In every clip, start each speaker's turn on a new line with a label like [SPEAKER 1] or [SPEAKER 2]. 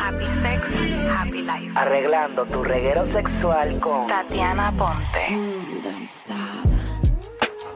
[SPEAKER 1] Happy Sex, Happy Life.
[SPEAKER 2] Arreglando tu reguero sexual con
[SPEAKER 1] Tatiana Ponte.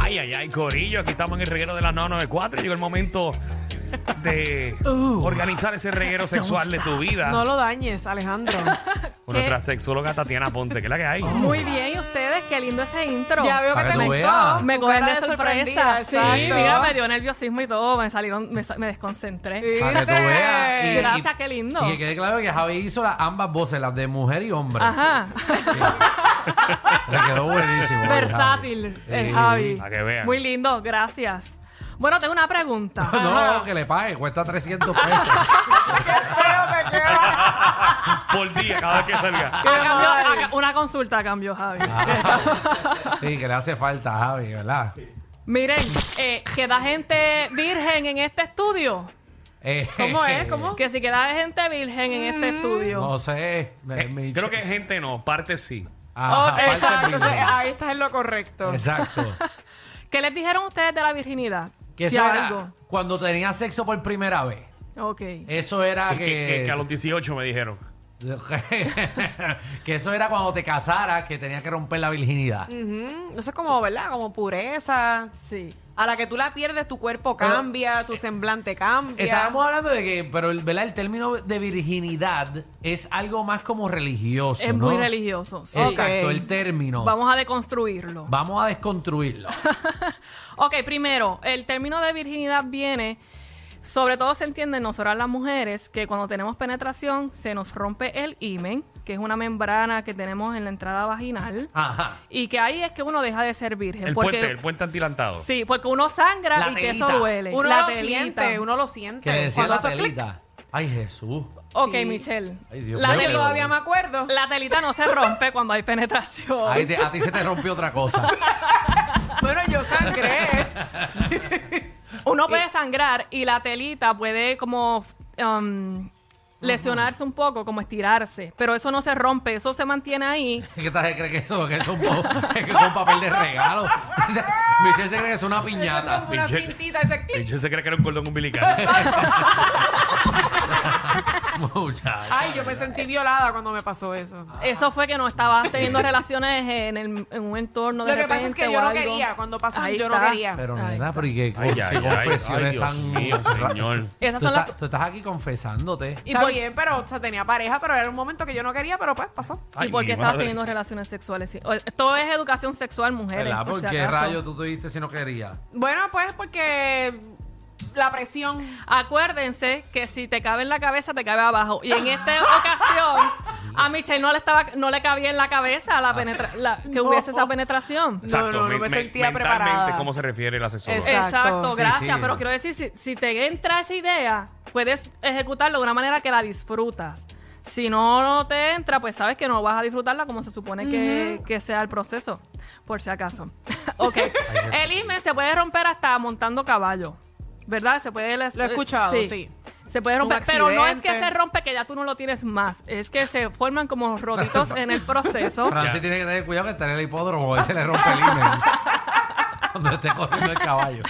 [SPEAKER 3] Ay, ay, ay, Corillo, aquí estamos en el reguero de la 994. Llegó el momento de organizar ese reguero sexual de tu vida.
[SPEAKER 4] No lo dañes, Alejandro.
[SPEAKER 3] Con nuestra sexóloga Tatiana Ponte, que es la que hay.
[SPEAKER 5] Muy bien, ¿y ustedes? Qué lindo ese intro. Ah,
[SPEAKER 4] ya veo que
[SPEAKER 6] Para
[SPEAKER 4] te
[SPEAKER 6] que tú
[SPEAKER 4] gustó.
[SPEAKER 6] veas.
[SPEAKER 5] me
[SPEAKER 4] Tu
[SPEAKER 5] cogen
[SPEAKER 4] cara
[SPEAKER 5] de
[SPEAKER 4] sorprendida,
[SPEAKER 5] sorpresa. Sí,
[SPEAKER 4] exacto.
[SPEAKER 5] mira, me dio nerviosismo y todo. Me salieron, me, sa- me desconcentré.
[SPEAKER 6] Para que tú veas.
[SPEAKER 4] Viste.
[SPEAKER 6] Y-
[SPEAKER 5] Gracias,
[SPEAKER 6] y-
[SPEAKER 5] qué lindo.
[SPEAKER 6] Y que quede claro que Javi hizo las ambas voces, las de mujer y hombre.
[SPEAKER 5] Ajá.
[SPEAKER 6] Le quedó buenísimo. el Javi.
[SPEAKER 5] Versátil, el
[SPEAKER 6] Sí.
[SPEAKER 5] Javi.
[SPEAKER 3] Para que vean.
[SPEAKER 5] Muy lindo, gracias. Bueno, tengo una pregunta.
[SPEAKER 6] No, que le pague, cuesta 300 pesos.
[SPEAKER 4] Feo te queda.
[SPEAKER 3] Por día, cada vez que salga.
[SPEAKER 5] A cambio- a ca- una consulta a cambio, Javi.
[SPEAKER 6] sí, que le hace falta a Javi, ¿verdad?
[SPEAKER 5] Miren, eh, ¿queda gente virgen en este estudio?
[SPEAKER 6] Eh,
[SPEAKER 4] ¿Cómo es? ¿Cómo?
[SPEAKER 5] Que si queda gente virgen en
[SPEAKER 4] Mm.
[SPEAKER 5] este estudio.
[SPEAKER 6] No sé. me-
[SPEAKER 3] Eh,
[SPEAKER 6] me-
[SPEAKER 3] creo que gente no, parte sí.
[SPEAKER 6] Ajá,
[SPEAKER 5] Ok,
[SPEAKER 6] falta
[SPEAKER 4] Exacto,
[SPEAKER 6] el
[SPEAKER 4] o sea,
[SPEAKER 6] video.
[SPEAKER 4] ahí estás en lo correcto.
[SPEAKER 6] Exacto.
[SPEAKER 5] ¿Qué les dijeron ustedes de la virginidad?
[SPEAKER 6] Que
[SPEAKER 5] Si
[SPEAKER 6] eso era
[SPEAKER 5] algo.
[SPEAKER 6] cuando tenía sexo por primera vez.
[SPEAKER 5] Ok.
[SPEAKER 6] Eso era
[SPEAKER 3] Que, que- que a los 18 me dijeron.
[SPEAKER 6] que eso era cuando te casaras, que tenías que romper la virginidad.
[SPEAKER 4] Ujú, Eso es como, ¿verdad? Como pureza.
[SPEAKER 5] Sí.
[SPEAKER 4] A la que tú la pierdes, tu cuerpo
[SPEAKER 6] Pero- eh,
[SPEAKER 4] cambia, tu semblante cambia.
[SPEAKER 6] Estábamos hablando de que, pero el, ¿verdad? el término de virginidad es algo más como religioso.
[SPEAKER 5] Es
[SPEAKER 6] ¿no?
[SPEAKER 5] muy religioso. sí.
[SPEAKER 6] Exacto,
[SPEAKER 4] Ok.
[SPEAKER 6] el término. Vamos,
[SPEAKER 5] Vamos a deconstruirlo.
[SPEAKER 6] a desconstruirlo.
[SPEAKER 5] Ok, primero, el término de virginidad viene, sobre todo se entiende en nosotras las mujeres, que cuando tenemos penetración se nos rompe el himen, que es una membrana que tenemos en la entrada vaginal.
[SPEAKER 6] Ajá.
[SPEAKER 5] Y que ahí es que uno deja de ser virgen.
[SPEAKER 3] El
[SPEAKER 5] porque,
[SPEAKER 3] puente, el puente antilantado.
[SPEAKER 5] Sí, porque uno sangra
[SPEAKER 6] La
[SPEAKER 5] y que eso
[SPEAKER 6] telita.
[SPEAKER 5] duele.
[SPEAKER 4] uno
[SPEAKER 5] La
[SPEAKER 4] lo
[SPEAKER 5] telita.
[SPEAKER 4] siente, uno lo siente.
[SPEAKER 6] Que decía
[SPEAKER 4] Cuando
[SPEAKER 6] la
[SPEAKER 4] hace clic.
[SPEAKER 6] telita. Ay, Jesús.
[SPEAKER 5] Ok,
[SPEAKER 4] Sí.
[SPEAKER 5] Michelle.
[SPEAKER 6] Ay, Dios
[SPEAKER 5] la,
[SPEAKER 6] mío, Pero-
[SPEAKER 4] Yo
[SPEAKER 5] telita,
[SPEAKER 4] todavía me acuerdo.
[SPEAKER 5] la telita no se rompe cuando hay penetración.
[SPEAKER 6] Ahí te- a ti se te rompió otra cosa.
[SPEAKER 4] Bueno, yo sangré.
[SPEAKER 5] Uno puede sangrar y la telita puede como um, lesionarse un poco, como estirarse, pero eso no se rompe, eso se mantiene ahí.
[SPEAKER 6] ¿Qué tal se cree que eso que es un, po- que es un papel de regalo? Michelle se cree que es una piñata.
[SPEAKER 4] Como una
[SPEAKER 3] Michelle-
[SPEAKER 4] cintita, ese clic.
[SPEAKER 3] Yo se cree que era un cordón umbilical.
[SPEAKER 6] Muchacha.
[SPEAKER 4] Ay, yo me sentí violada cuando me pasó eso.
[SPEAKER 5] Eso fue que no estabas teniendo relaciones en, el- en un entorno de
[SPEAKER 4] Lo que pasa es
[SPEAKER 5] repente
[SPEAKER 4] que
[SPEAKER 5] o
[SPEAKER 4] yo no
[SPEAKER 5] algo.
[SPEAKER 4] quería. Cuando pasó,
[SPEAKER 5] Ahí
[SPEAKER 4] yo no
[SPEAKER 5] está.
[SPEAKER 4] quería.
[SPEAKER 6] Pero
[SPEAKER 5] Ay,
[SPEAKER 6] nena, pero ¿y qué,
[SPEAKER 3] Ay, ya,
[SPEAKER 6] qué
[SPEAKER 3] ya, ay,
[SPEAKER 6] confesiones
[SPEAKER 3] ay, Dios
[SPEAKER 6] tan...
[SPEAKER 3] mío, señor.
[SPEAKER 5] Esas
[SPEAKER 6] Tú,
[SPEAKER 5] son las...
[SPEAKER 6] estás- tú estás aquí confesándote.
[SPEAKER 5] ¿Y
[SPEAKER 4] Está
[SPEAKER 5] por,
[SPEAKER 4] bien, pero o sea, tenía pareja, pero era un momento que yo no quería, pero pues pasó.
[SPEAKER 3] Ay,
[SPEAKER 5] ¿y por
[SPEAKER 3] mi
[SPEAKER 5] qué estabas
[SPEAKER 3] madre.
[SPEAKER 5] teniendo relaciones sexuales? Todo es educación sexual, mujeres.
[SPEAKER 6] ¿Verdad?
[SPEAKER 5] por
[SPEAKER 6] ¿Por
[SPEAKER 5] si
[SPEAKER 6] qué
[SPEAKER 5] acaso.
[SPEAKER 6] rayos tú tuviste si no querías?
[SPEAKER 4] Bueno, pues porque la presión.
[SPEAKER 5] Acuérdense que si te cabe en la cabeza, te cabe abajo. Y en esta ocasión, a Michelle no le, estaba, no le cabía en la cabeza la penetra- la- que hubiese esa penetración.
[SPEAKER 3] Exacto,
[SPEAKER 4] no, no me sentía
[SPEAKER 3] mentalmente,
[SPEAKER 4] preparada.
[SPEAKER 3] ¿Cómo se refiere el asesor?
[SPEAKER 4] Exacto.
[SPEAKER 5] Exacto,
[SPEAKER 6] Sí,
[SPEAKER 5] gracias.
[SPEAKER 6] sí.
[SPEAKER 5] Pero quiero decir, si, si te entra esa idea, puedes ejecutarlo de una manera que la disfrutas. Si no te entra, pues sabes que no vas a disfrutarla como se supone que, que sea el proceso, por si acaso. ok. El IME se puede romper hasta montando caballo, ¿verdad? Se puede...
[SPEAKER 4] Lo he escuchado, sí.
[SPEAKER 5] Se puede
[SPEAKER 4] Un
[SPEAKER 5] romper, pero no es que se
[SPEAKER 4] accidente.
[SPEAKER 5] rompe que ya tú no lo tienes más, es que se forman como roditos en el proceso.
[SPEAKER 6] Francis
[SPEAKER 3] Ya.
[SPEAKER 6] tiene que tener cuidado que está en el hipódromo, ahí se le rompe el email. Cuando esté corriendo el caballo.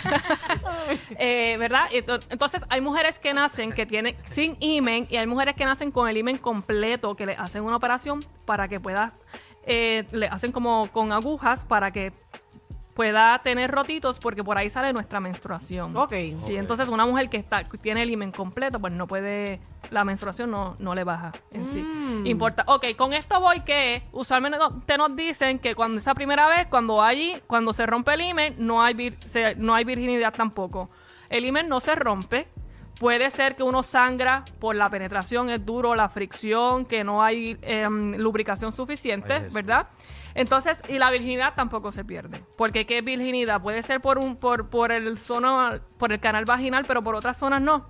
[SPEAKER 5] Eh, ¿Verdad? Ento- Entonces, hay mujeres que nacen que tienen sin imen y hay mujeres que nacen con el imen completo, que le hacen una operación para que pueda, eh, le hacen como con agujas para que pueda tener rotitos porque por ahí sale nuestra menstruación.
[SPEAKER 4] Ok.
[SPEAKER 5] Sí, entonces una mujer que está que tiene el imen completo, pues no puede, la menstruación no, no le baja en sí. Importa. Ok, con esto voy que usualmente no- te nos dicen que cuando esa primera vez, cuando hay, cuando se rompe el imen, no hay, vir- se- no hay virginidad tampoco. El imen no se rompe. Puede ser que uno sangra por la penetración, es duro, la fricción, que no hay em, lubricación suficiente, ¿verdad? Entonces, y la virginidad tampoco se pierde. Porque qué virginidad puede ser por un, por, por el zona, por el canal vaginal, pero por otras zonas no.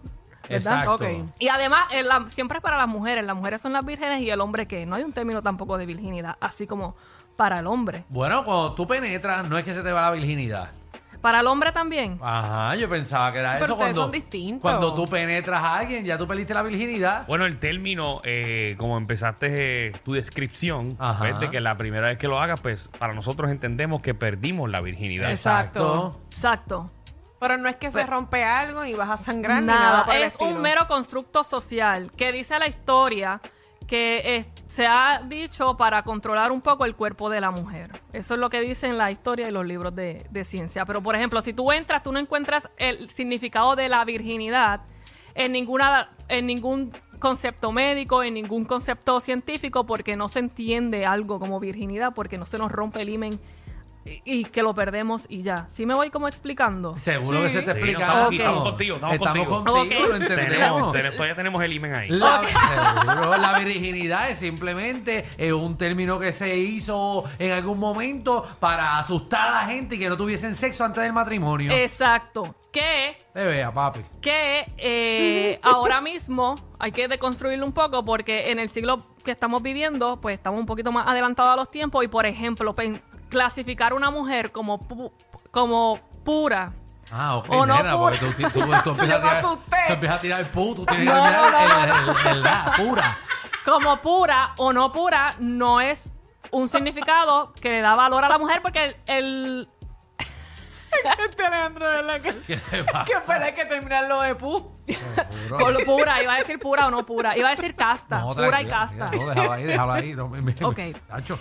[SPEAKER 5] ¿Verdad?
[SPEAKER 6] Exacto.
[SPEAKER 4] Ok.
[SPEAKER 5] Y además, eh, la- siempre es para las mujeres. Las mujeres son las vírgenes y el hombre que no hay un término tampoco de virginidad, así como para el hombre.
[SPEAKER 6] Bueno, cuando tú penetras, no es que se te va la virginidad.
[SPEAKER 5] Para el hombre también.
[SPEAKER 6] Ajá, yo pensaba que era
[SPEAKER 4] Sí, pero
[SPEAKER 6] eso
[SPEAKER 4] ustedes
[SPEAKER 6] cuando,
[SPEAKER 4] son distintos.
[SPEAKER 6] cuando tú penetras a alguien, ya tú perdiste la virginidad.
[SPEAKER 3] Bueno, el término, eh, como empezaste eh, tu descripción,
[SPEAKER 6] Ajá.
[SPEAKER 3] pues, de que la primera vez que lo hagas, pues para nosotros entendemos que perdimos la virginidad.
[SPEAKER 4] Exacto.
[SPEAKER 5] Exacto.
[SPEAKER 4] O Pero no es que se rompe algo ni vas a sangrar ni
[SPEAKER 5] nada,
[SPEAKER 4] Pues- nada por el
[SPEAKER 5] es un
[SPEAKER 4] estilo.
[SPEAKER 5] mero constructo social que dice la historia que eh, se ha dicho para controlar un poco el cuerpo de la mujer. Eso es lo que dicen la historia y los libros de, de ciencia. Pero, por ejemplo, si tú entras, tú no encuentras el significado de la virginidad en, ninguna, en ningún concepto médico, en ningún concepto científico, porque no se entiende algo como virginidad, porque no se nos rompe el imen y, y que lo perdemos y ya. ¿Sí me voy como explicando?
[SPEAKER 6] Seguro
[SPEAKER 4] Sí.
[SPEAKER 6] que se te
[SPEAKER 4] Sí,
[SPEAKER 6] explica.
[SPEAKER 3] estamos aquí,
[SPEAKER 6] Ok.
[SPEAKER 3] estamos contigo, estamos contigo.
[SPEAKER 5] Ok.
[SPEAKER 6] lo entendemos.
[SPEAKER 3] Tenemos, tenemos- todavía tenemos el imen ahí.
[SPEAKER 6] La, Seguro, la virginidad es simplemente eh, un término que se hizo en algún momento para asustar a la gente y que no tuviesen sexo antes del matrimonio.
[SPEAKER 5] Exacto. Que
[SPEAKER 6] Te vea, papi.
[SPEAKER 5] que eh, ahora mismo hay que deconstruirlo un poco porque en el siglo que estamos viviendo, pues estamos un poquito más adelantados a los tiempos y, por ejemplo, pen- clasificar una mujer como, pu- como pura.
[SPEAKER 6] Ah, ok,
[SPEAKER 5] O no
[SPEAKER 6] nena,
[SPEAKER 5] pura.
[SPEAKER 6] porque tú, tú- tú- tú empiezas
[SPEAKER 4] Yo
[SPEAKER 6] a
[SPEAKER 4] me
[SPEAKER 6] tirar,
[SPEAKER 4] asusté.
[SPEAKER 6] tú empiezas a tirar el puto, tú tienes
[SPEAKER 5] No,
[SPEAKER 6] que mirar
[SPEAKER 5] no,
[SPEAKER 6] el, el- el- la pura.
[SPEAKER 5] Como pura o no pura no es un significado que le da valor a la mujer porque el... el-
[SPEAKER 4] Este Alejandro, de ¿verdad? Que,
[SPEAKER 6] ¿Qué te pasa?
[SPEAKER 4] que fue la que terminar lo de pu.
[SPEAKER 6] Seguro.
[SPEAKER 5] con lo pura, iba a decir pura o no pura, iba a decir casta,
[SPEAKER 6] No,
[SPEAKER 5] pura y
[SPEAKER 6] tranquila,
[SPEAKER 5] casta.
[SPEAKER 6] mira, No, déjalo ahí, déjalo ahí. No, me- me- me-
[SPEAKER 5] Ok.
[SPEAKER 6] Tacho.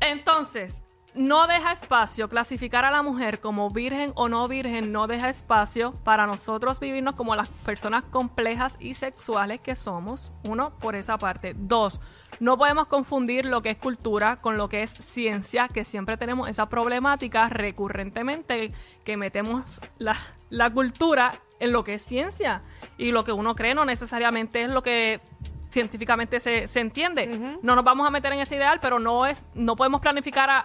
[SPEAKER 5] Entonces, no deja espacio, clasificar a la mujer como virgen o no virgen, no deja espacio para nosotros vivirnos como las personas complejas y sexuales que somos. Uno, por esa parte. Dos, no podemos confundir lo que es cultura con lo que es ciencia, que siempre tenemos esa problemática recurrentemente que metemos la, la cultura en lo que es ciencia y lo que uno cree no necesariamente es lo que científicamente se, se entiende. No nos vamos a meter en ese ideal, pero no es, no podemos planificar a-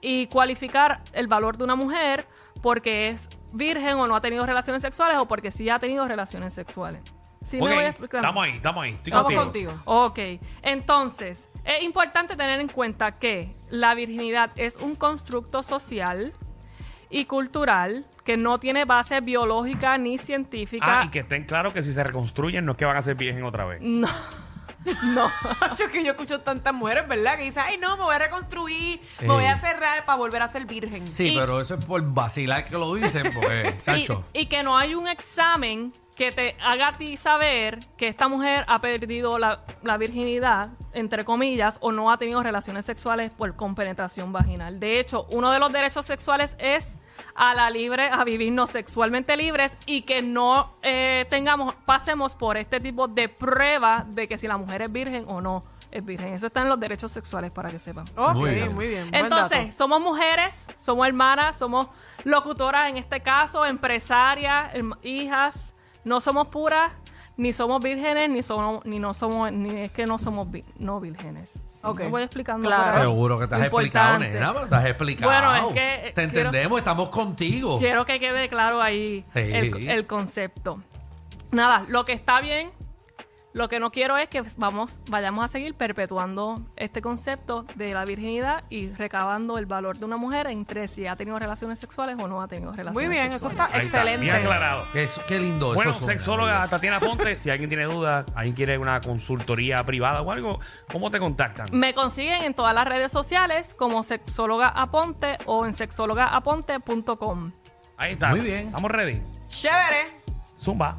[SPEAKER 5] y cualificar el valor de una mujer porque es virgen o no ha tenido relaciones sexuales o porque sí ha tenido relaciones sexuales. ¿Sí me
[SPEAKER 3] Ok,
[SPEAKER 5] voy explicando?
[SPEAKER 3] estamos ahí, estamos ahí. Estoy
[SPEAKER 4] Vamos
[SPEAKER 3] contigo.
[SPEAKER 4] contigo.
[SPEAKER 5] Ok, entonces es importante tener en cuenta que la virginidad es un constructo social y cultural que no tiene base biológica ni científica.
[SPEAKER 3] Ah, y que estén claros que si se reconstruyen no es que van a ser virgen otra vez.
[SPEAKER 5] No, no.
[SPEAKER 4] Yo es que yo escucho tantas mujeres, ¿verdad? Que dicen, ay, no, me voy a reconstruir, me voy a cerrar para volver a ser virgen.
[SPEAKER 6] Sí,
[SPEAKER 5] Y-
[SPEAKER 6] pero eso es por vacilar que lo dicen, porque,
[SPEAKER 5] Y,
[SPEAKER 6] chacho.
[SPEAKER 5] y que no hay un examen que te haga a ti saber que esta mujer ha perdido la, la virginidad, entre comillas, o no ha tenido relaciones sexuales por compenetración vaginal. De hecho, uno de los derechos sexuales es a la libre, a vivirnos sexualmente libres y que no eh, tengamos, pasemos por este tipo de prueba de que si la mujer es virgen o no es virgen. Eso está en los derechos sexuales para que sepan.
[SPEAKER 4] Oh,
[SPEAKER 6] Muy
[SPEAKER 4] sí,
[SPEAKER 6] bien.
[SPEAKER 4] muy bien. buen
[SPEAKER 5] Entonces, somos mujeres, somos hermanas, somos locutoras en este caso, empresarias, herma- hijas, no somos puras, ni somos vírgenes, ni somos, ni no somos, ni es que no somos vi- no vírgenes. Sí,
[SPEAKER 4] Ok.
[SPEAKER 5] me voy explicando.
[SPEAKER 4] Claro.
[SPEAKER 5] pero
[SPEAKER 6] Seguro que te has explicado,
[SPEAKER 5] importante.
[SPEAKER 6] nena, pero te has explicado.
[SPEAKER 5] Bueno, es que, eh,
[SPEAKER 6] Te
[SPEAKER 5] quiero-
[SPEAKER 6] entendemos, estamos contigo.
[SPEAKER 5] Quiero que quede claro ahí
[SPEAKER 6] Oh. Sí.
[SPEAKER 5] el, el concepto. Nada, lo que está bien, lo que no quiero es que vamos, vayamos a seguir perpetuando este concepto de la virginidad y recabando el valor de una mujer entre si ha tenido relaciones sexuales o no ha tenido
[SPEAKER 4] dato.
[SPEAKER 5] relaciones
[SPEAKER 4] Muy bien, eso
[SPEAKER 5] sexuales.
[SPEAKER 4] está
[SPEAKER 3] Ahí está,
[SPEAKER 4] excelente.
[SPEAKER 3] bien aclarado.
[SPEAKER 6] Qué, es- qué lindo
[SPEAKER 3] Bueno,
[SPEAKER 6] eso. suena,
[SPEAKER 3] sexóloga Tatiana Ponte, si alguien tiene dudas, alguien quiere una consultoría privada o algo, ¿cómo te contactan?
[SPEAKER 5] Me consiguen en todas las redes sociales como sexóloga aponte o en sexólogaaponte.com.
[SPEAKER 3] Ahí está.
[SPEAKER 6] Muy bien.
[SPEAKER 3] Estamos ready.
[SPEAKER 4] Chévere.
[SPEAKER 3] Zumba.